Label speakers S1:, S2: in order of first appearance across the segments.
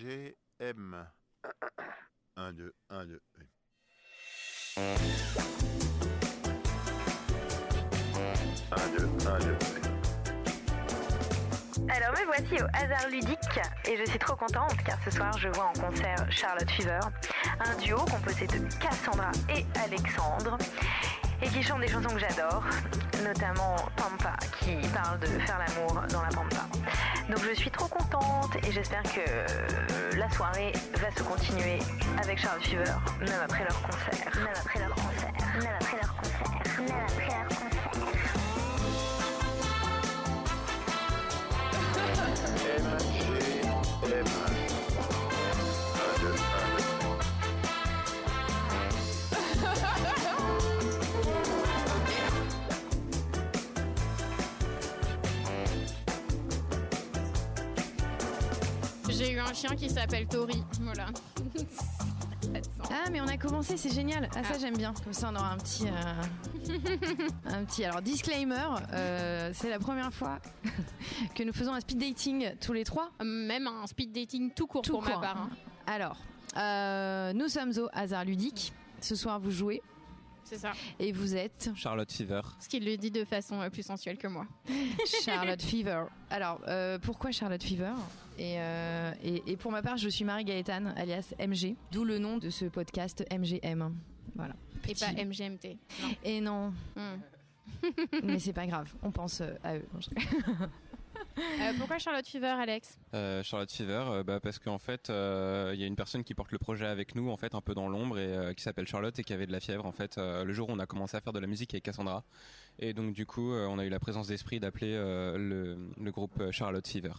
S1: MGM. 1, 2, 1, 2. Un, deux, un, deux.
S2: Alors me voici au hasard ludique et je suis trop contente car ce soir je vois en concert Charlotte Fever, un duo composé de Cassandra et Alexandre et qui chante des chansons que j'adore, notamment Pampa qui parle de faire l'amour dans la Pampa. Donc je suis trop contente et j'espère que euh, la soirée va se continuer avec Charlotte Fever même après leur concert, même après leur concert, même après leur concert, même après leur concert.
S1: MGM. 1, 2, 1, 2.
S3: J'ai eu un chien qui s'appelle Tori. Voilà.
S4: Ah mais on a commencé, c'est génial. Ah, ça j'aime bien. Comme ça on aura un petit, euh, un petit. Alors disclaimer, euh, c'est la première fois que nous faisons un speed dating tous les trois.
S3: Euh, Même un speed dating tout court
S4: Tout
S3: pour ma
S4: court.
S3: part. hein.
S4: Alors, euh, nous sommes au hasard ludique. Ce soir vous jouez
S3: C'est ça.
S4: et vous êtes
S5: Charlotte Fever.
S3: Ce qu'il le dit de façon euh, plus sensuelle que moi.
S4: Charlotte Fever. Alors euh, pourquoi Charlotte Fever et, euh, et, et pour ma part je suis Marie Gaëtane alias MG, d'où le nom de ce podcast MGM. Voilà.
S3: Et
S4: Petit-
S3: pas MGMT. Non.
S4: Et non,
S3: Hmm.
S4: mais c'est pas grave, on pense euh, à eux.
S3: Euh, pourquoi Charlotte Fever, Alex
S5: Euh, Charlotte Fever, euh, bah, parce qu'en fait, euh, il y a une personne qui porte le projet avec nous, en fait, un peu dans l'ombre, et euh, qui s'appelle Charlotte et qui avait de la fièvre, en fait, euh, le jour où on a commencé à faire de la musique avec Cassandra. Et donc, du coup, euh, on a eu la présence d'esprit d'appeler euh, le, le groupe euh, Charlotte Fever.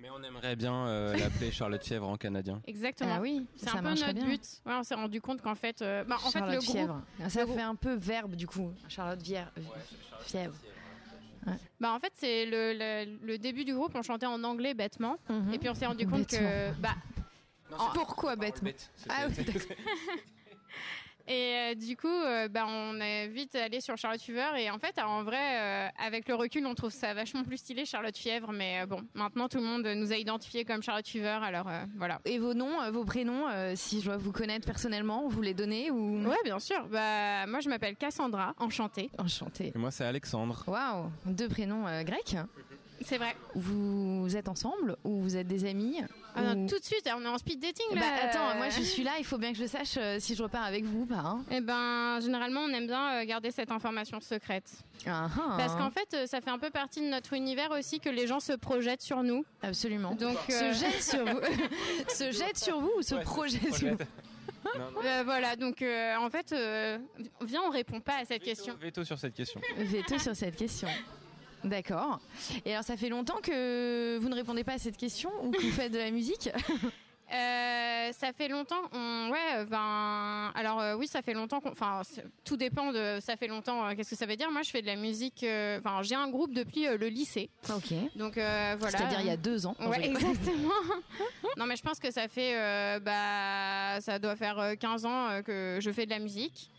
S5: Mais on aimerait bien euh, l'appeler Charlotte Fièvre en canadien.
S3: Exactement.
S4: Ah oui,
S3: C'est
S4: ça
S3: un peu
S4: marcherait
S3: notre
S4: bien.
S3: but. Ouais, on s'est rendu compte qu'en fait, euh, bah, en fait
S4: Charlotte
S3: le groupe,
S4: Fièvre. Ça
S3: le
S4: fait
S3: groupe-
S4: un peu verbe du coup. Charlotte Vière. Fièvre.
S3: bah, en fait c'est le, le, le début du groupe. On chantait en anglais bêtement.
S4: Mhm.
S3: Et puis on s'est rendu compte que bah
S4: Pourquoi bête Ah oui, d'accord.
S3: Et euh, du coup, euh, bah, on est vite allé sur Charlotte Fever. Et en fait, euh, en vrai, euh, avec le recul, on trouve ça vachement plus stylé, Charlotte Fièvre. Mais euh, bon, maintenant, tout le monde nous a identifiés comme Charlotte Fever. Alors euh, voilà.
S4: Et vos noms, euh, vos prénoms, euh, si je dois vous connaître personnellement, vous les donnez ou
S3: Ouais, bien sûr. Bah, moi, je m'appelle Cassandra, enchantée.
S4: Enchanté.
S5: Et moi, c'est Alexandre.
S4: Waouh, deux prénoms euh, grecs.
S3: C'est vrai.
S4: Vous êtes ensemble ou vous êtes des amis
S3: Ah non,
S4: Ou-
S3: tout de suite, on est en speed dating là. euh.
S4: Bah, attends, moi je suis là, il faut bien que je sache euh, si je repars avec vous ou pas. hein.
S3: Eh ben, généralement, on aime bien euh, garder cette information secrète.
S4: Ah, ah,
S3: Parce qu'en fait, euh, ça fait un peu partie de notre univers aussi que les gens se projettent sur nous.
S4: absolument.
S3: Donc, euh,
S4: Se jette sur vous, se jette sur vous ou se
S5: Ouais,
S4: projette sur vous.
S5: Non, non.
S3: Euh, voilà, donc euh, en fait, euh, viens, on répond pas à cette question.
S5: Veto, veto sur cette question.
S4: Veto sur cette question. D'accord. Et alors, ça fait longtemps que vous ne répondez pas à cette question ou que vous faites de la musique
S3: Euh, ça fait longtemps. On, ouais, euh, ben, alors euh, oui, ça fait longtemps. qu'on- Enfin, c'est- tout dépend de. Ça fait longtemps. euh, Qu'est-ce que ça veut dire Moi, je fais de la musique. euh, Enfin, j'ai un groupe depuis euh, le lycée.
S4: Ok.
S3: Donc euh, voilà.
S4: C'est-à-dire il y a deux ans. Non, je
S3: Ouais,
S4: rigole.
S3: exactement. non, mais je pense que ça fait, euh, bah, ça doit faire euh, 15 ans euh, que je fais de la musique.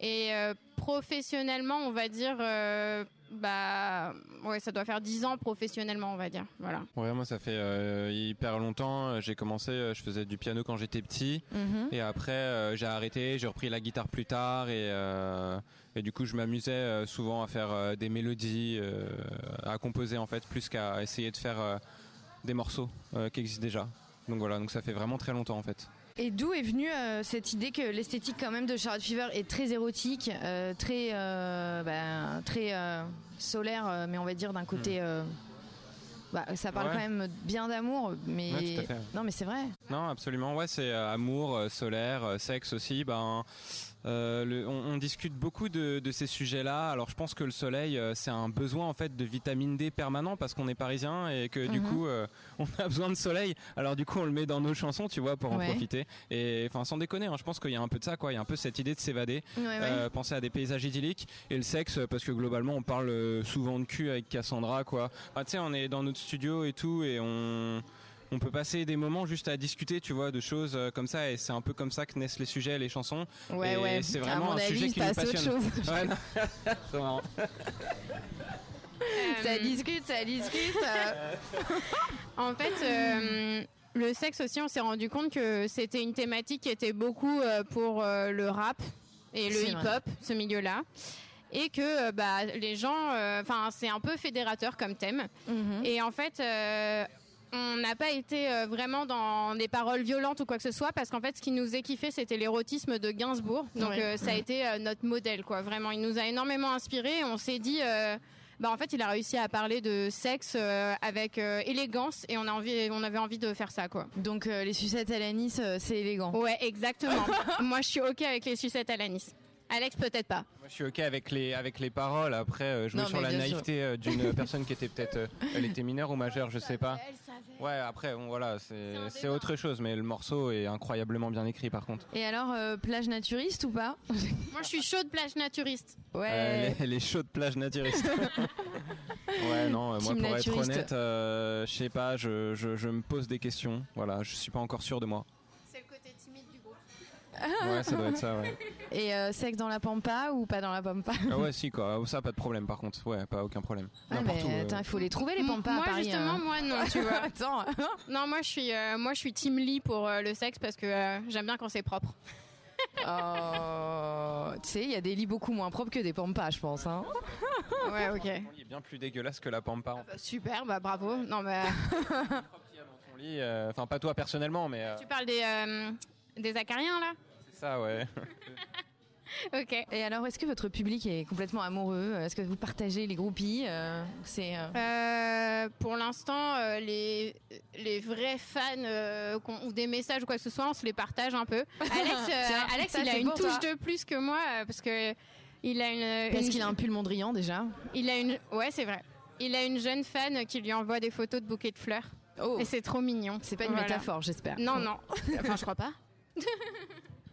S3: Et euh, professionnellement, on va dire, euh, bah, ouais, ça doit faire 10 ans professionnellement, on va dire. Voilà.
S5: Ouais, moi, ça fait euh, hyper longtemps. J'ai commencé, euh, je faisais du piano quand j'étais petit.
S4: Mhm.
S5: Et après, euh, j'ai arrêté, j'ai repris la guitare plus tard et, euh, et du coup, je m'amusais euh, souvent à faire euh, des mélodies, euh, à composer en fait, plus qu'à essayer de faire euh, des morceaux euh, qui existent déjà. Donc voilà, donc ça fait vraiment très longtemps en fait.
S4: Et d'où est venue euh, cette idée que l'esthétique quand même de Charlotte Fever est très érotique, euh, très euh, bah, très euh, solaire, euh, mais on va dire d'un côté. euh, bah, ça parle
S5: Mm. Ouais.
S4: quand même bien d'amour, mais
S5: Ouais, tout à fait.
S4: non, mais c'est vrai.
S5: Non, absolument. Ouais, c'est euh, amour, euh, solaire, euh, sexe aussi. Ben, euh, le- on, on discute beaucoup de, de ces sujets-là. Alors, je pense que le soleil, euh, c'est un besoin en fait de vitamine D permanent parce qu'on est parisien et que du
S4: Mhm.
S5: coup, euh, on a besoin de soleil. Alors, du coup, on le met dans nos chansons, tu vois, pour en
S4: Ouais.
S5: profiter. Et enfin, sans déconner, hein, je pense qu'il y a un peu de ça, quoi. Il y a un peu cette idée de s'évader,
S4: Ouais, Ah ouais.
S5: euh, penser à des paysages idylliques et le sexe, euh, parce que globalement, on parle euh, souvent de cul avec Cassandra, quoi. Ah, tu sais, on est dans notre studio et tout, et on on peut passer des moments juste à discuter, tu vois, de choses euh, comme ça, et c'est un peu comme ça que naissent les sujets, les chansons.
S4: ouais,
S5: et
S4: ouais.
S5: c'est
S4: à
S5: vraiment
S4: mon
S5: un
S4: avis,
S5: sujet
S4: il
S5: qui
S4: se
S5: nous
S4: passe autre
S5: passionne.
S4: chose.
S5: Ouais, non. c'est marrant.
S3: Euh,
S5: Ah
S4: Ça discute, ça discute. euh.
S3: En fait, euh, Le sexe aussi, on s'est rendu compte que c'était une thématique qui était beaucoup euh, pour euh, le rap et le
S4: C'est vrai.
S3: hip-hop, ce milieu-là. Et que euh, bah, les gens, enfin, c'est un peu fédérateur comme thème.
S5: Mhm.
S3: Et en fait, euh, on n'a pas été euh, vraiment dans des paroles violentes ou quoi que ce soit, parce qu'en fait, ce qui nous équiffait, c'était l'érotisme de Gainsbourg. Donc,
S4: Ouais.
S3: euh, ça a été euh, notre modèle, quoi. Vraiment, il nous a énormément inspiré. On s'est dit. euh, bah en fait, il a réussi à parler de sexe euh, avec euh, élégance et on, a envie, on avait envie de faire ça, quoi.
S4: Donc euh, les sucettes à l'anis, euh, c'est élégant.
S3: Ouais, exactement. Moi, je suis OK avec les sucettes à l'anis. Alex, peut-être pas.
S5: Moi, je suis ok avec les avec les paroles. Après, euh, je
S4: Non,
S5: me sur
S4: mais
S5: la
S4: bien sûr.
S5: naïveté euh, d'une personne qui était peut-être, euh, elle était mineure ou majeure, je sais pas. Ouais, après, bon, voilà, c'est
S3: un
S5: c'est
S3: débat.
S5: autre chose, mais le morceau est incroyablement bien écrit, par contre.
S4: Et alors, euh, plage naturiste ou pas
S3: Moi, je suis chaude plage naturiste.
S5: Euh, les, les chaudes plages naturistes. ouais, non, euh, moi
S4: Team
S5: pour être
S4: naturiste.
S5: honnête, euh, je sais pas, je, je- je me pose des questions. Voilà, je suis pas encore sûr de moi.
S3: C'est le côté timide du groupe.
S5: Ouais, ça doit être ça, ouais.
S4: Et euh, sexe dans la pampa ou pas dans la pampa
S5: Ah ouais, si, quoi. Ça, pas de problème, par contre. Ouais, pas aucun problème.
S4: Ouais,
S5: N'importe
S4: Ah, mais
S5: où. euh,
S4: attends, il faut les trouver les pampas
S3: moi,
S4: à Paris.
S3: justement, moi, non,
S4: hein.
S3: tu vois.
S4: attends.
S3: Non, moi je suis, euh, moi je suis team Lee pour euh, le sexe parce que euh, j'aime bien quand c'est propre.
S4: Oh, tu sais, il y a des lits beaucoup moins propres que des pampas, je pense. hein.
S3: Ouais, ok.
S5: Ton lit est bien plus dégueulasse que la pampa. En fait.
S3: Super, bah bravo. Non, mais
S4: euh,
S5: Ton lit, euh, enfin, pas toi personnellement, mais euh,
S3: tu parles des, euh, des acariens là
S5: c'est ça, ouais.
S3: Ok.
S4: Et alors, est-ce que votre public est complètement amoureux Est-ce que vous partagez les groupies Euh, C'est euh,
S3: Euh, pour l'instant, euh, les, les vrais fans euh, qu'on- ou des messages ou quoi que ce soit, on se les partage un peu. Alex, euh,
S4: Tiens,
S3: Alex
S4: ça,
S3: il a
S4: c'est
S3: une
S4: pour toi.
S3: touche de plus que moi euh, parce que il a une.
S4: parce
S3: une-
S4: qu'il a un pull Mondrian déjà.
S3: il a une. Ouais, c'est vrai. Il a une jeune fan qui lui envoie des photos de bouquets de fleurs
S4: Oh,
S3: et c'est trop mignon.
S4: c'est pas une
S3: Voilà.
S4: métaphore, j'espère. Oh.
S3: Non, non. Enfin, je crois pas.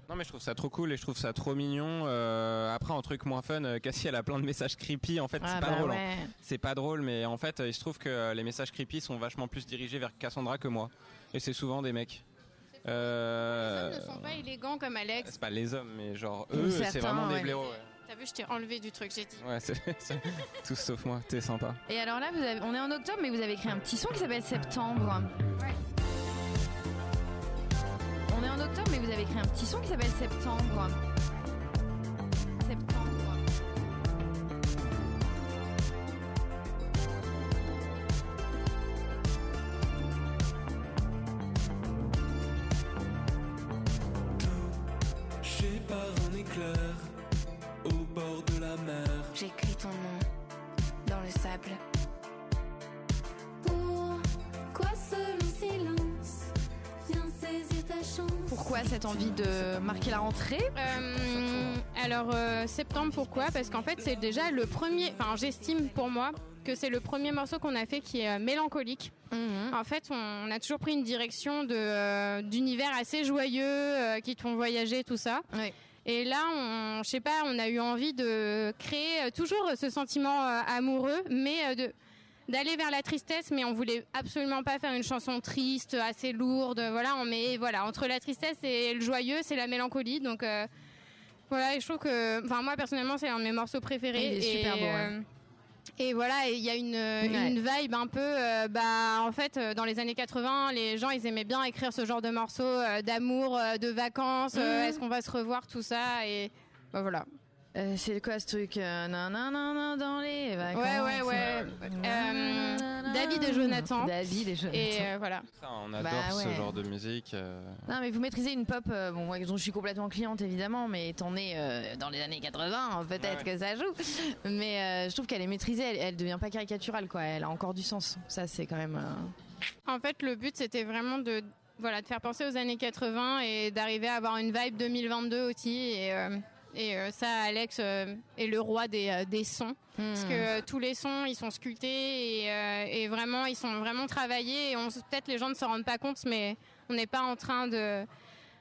S5: Non, mais je trouve ça trop cool et je trouve ça trop mignon. Euh, après, un truc moins fun, euh, Cassie, elle a plein de messages creepy. En fait, c'est
S4: Ah,
S5: pas
S4: bah
S5: drôle. hein.
S4: ouais.
S5: C'est pas drôle, mais en fait, euh, il se trouve que euh, les messages creepy sont vachement plus dirigés vers Cassandra que moi. Et c'est souvent des mecs. Euh,
S3: Les hommes ne sont pas élégants comme Alex.
S5: C'est pas les hommes, mais genre
S4: Ou
S5: eux,
S4: certains,
S5: c'est vraiment
S4: ouais.
S5: des blaireaux. Ouais,
S3: T'as vu, je t'ai enlevé du truc, j'ai dit.
S5: Ouais, c'est c'est- tous sauf moi. T'es sympa.
S4: Et alors là, vous avez- on est en octobre, mais vous avez écrit un petit son qui s'appelle Septembre. On est en octobre, mais vous avez écrit un petit son qui s'appelle Septembre. Septembre.
S6: Touché par un éclair au bord de la mer.
S7: J'écris ton nom dans le sable. Pourquoi ce long silence Viens saisir ta chance.
S4: Pourquoi cette envie de marquer la rentrée
S3: Euh, alors, euh, septembre, pourquoi Parce qu'en fait, c'est déjà le premier. Enfin, j'estime pour moi que c'est le premier morceau qu'on a fait qui est euh, mélancolique.
S4: Mhm.
S3: En fait, on a toujours pris une direction de, euh, d'univers assez joyeux, euh, qui te font voyager, tout ça.
S4: Oui.
S3: Et là, on, je sais pas, on a eu envie de créer euh, toujours ce sentiment euh, amoureux, mais euh, de d'aller vers la tristesse, mais on voulait absolument pas faire une chanson triste, assez lourde. Voilà, on met voilà entre la tristesse et le joyeux, c'est la mélancolie. Donc euh, voilà, et je trouve que, enfin moi personnellement, c'est un de mes morceaux préférés.
S4: Il est
S3: et,
S4: super beau, ouais.
S3: euh, et voilà, et il y a une, euh,
S4: Ouais.
S3: une vibe un peu, euh, bah en fait, euh, dans les années 80, les gens ils aimaient bien écrire ce genre de morceaux euh, d'amour, euh, de vacances. euh,
S4: Mhm.
S3: Est-ce qu'on va se revoir, tout ça et bah voilà.
S4: Euh, C'est quoi ce truc euh, nan, nan, nan, nan, dans les vacances.
S3: Ouais, ouais, ouais. Euh, David et Jonathan.
S4: David et Jonathan.
S3: Et euh, voilà.
S5: Ça, on adore
S4: Bah ouais.
S5: ce genre de musique. euh.
S4: Non, mais vous maîtrisez une pop, euh, bon, moi, dont je suis complètement cliente évidemment, mais t'en es euh, dans les années 80, hein, peut-être que ça joue. Mais euh, je trouve qu'elle est maîtrisée, elle, elle devient pas caricaturale, quoi. Elle a encore du sens. Ça, c'est quand même. euh,
S3: En fait, le but, c'était vraiment de, voilà, de faire penser aux années 80 et d'arriver à avoir une vibe 2022 aussi. Et, euh, et euh, ça, Alex euh, est le roi des, euh, des sons.
S4: hmm,
S3: Parce que euh, tous les sons, ils sont sculptés et, euh, et vraiment, ils sont vraiment travaillés. Et on- peut-être les gens ne s'en rendent pas compte, mais on n'est pas en train de.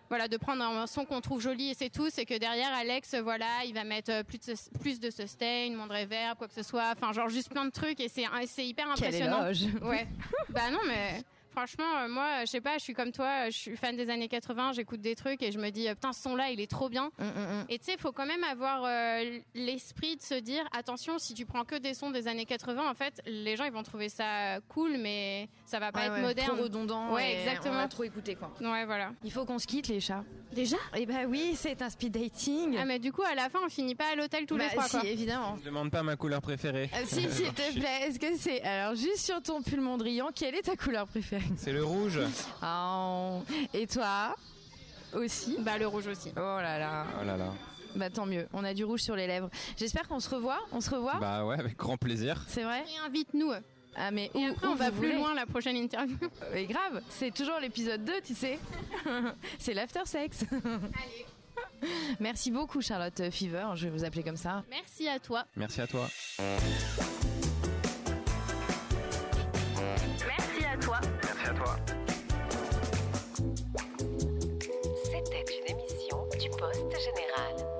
S3: Voilà, de prendre un son qu'on trouve joli et c'est tout, c'est que derrière Alex, voilà, il va mettre euh, plus de, sus- plus de sustain, moins de reverb, quoi que ce soit, enfin genre juste plein de trucs et c'est c'est hyper
S4: Quelle
S3: impressionnant.
S4: éloge
S3: Ouais. bah non, mais Franchement, euh, moi, je sais pas, je suis comme toi, je suis fan des années 80, j'écoute des trucs et je me dis, euh, putain, ce son-là, il est trop bien.
S4: Hum, hum, hum.
S3: Et tu sais, Mm, faut quand même avoir euh, l'esprit de se dire, attention, si tu prends que des sons des années 80, en fait, les gens, ils vont trouver ça cool, mais ça va pas
S4: Ouais,
S3: être
S4: ouais,
S3: moderne.
S4: Trop redondant.
S3: Ouais,
S4: et
S3: exactement.
S4: On a trop écouté quoi.
S3: Ouais, voilà.
S4: Il faut qu'on se quitte les chats.
S3: Déjà
S4: Eh ben oui, c'est un speed dating.
S3: Ah, mais du coup, à la fin, on finit pas à l'hôtel tous les
S4: Bah,
S3: trois,
S4: si,
S3: quoi.
S4: évidemment.
S5: Je demande pas ma couleur préférée.
S4: Euh, si, s'il te plaît, est-ce que c'est. Alors, juste sur ton pull Mondrian, quelle est ta couleur préférée
S5: C'est le rouge.
S4: Ah, Et toi Aussi
S3: Bah, le rouge aussi.
S4: Oh là là.
S5: Oh là là.
S4: Bah, tant mieux. On a du rouge sur les lèvres. J'espère qu'on se revoit. On se revoit
S5: Bah ouais, avec grand plaisir.
S4: C'est vrai
S3: Et invite-nous. euh.
S4: Ah, mais
S3: Et
S4: où,
S3: après,
S4: où
S3: on va
S4: vous
S3: plus
S4: voulez.
S3: loin la prochaine interview.
S4: Mais grave, c'est toujours l'épisode 2, tu sais. c'est l'after sex.
S3: Allez.
S4: Merci beaucoup, Charlotte Fever. Je vais vous appeler comme ça.
S3: Merci à toi.
S5: Merci à toi.
S2: Merci à toi.
S1: Merci à toi.
S8: C'était une émission du Poste Général.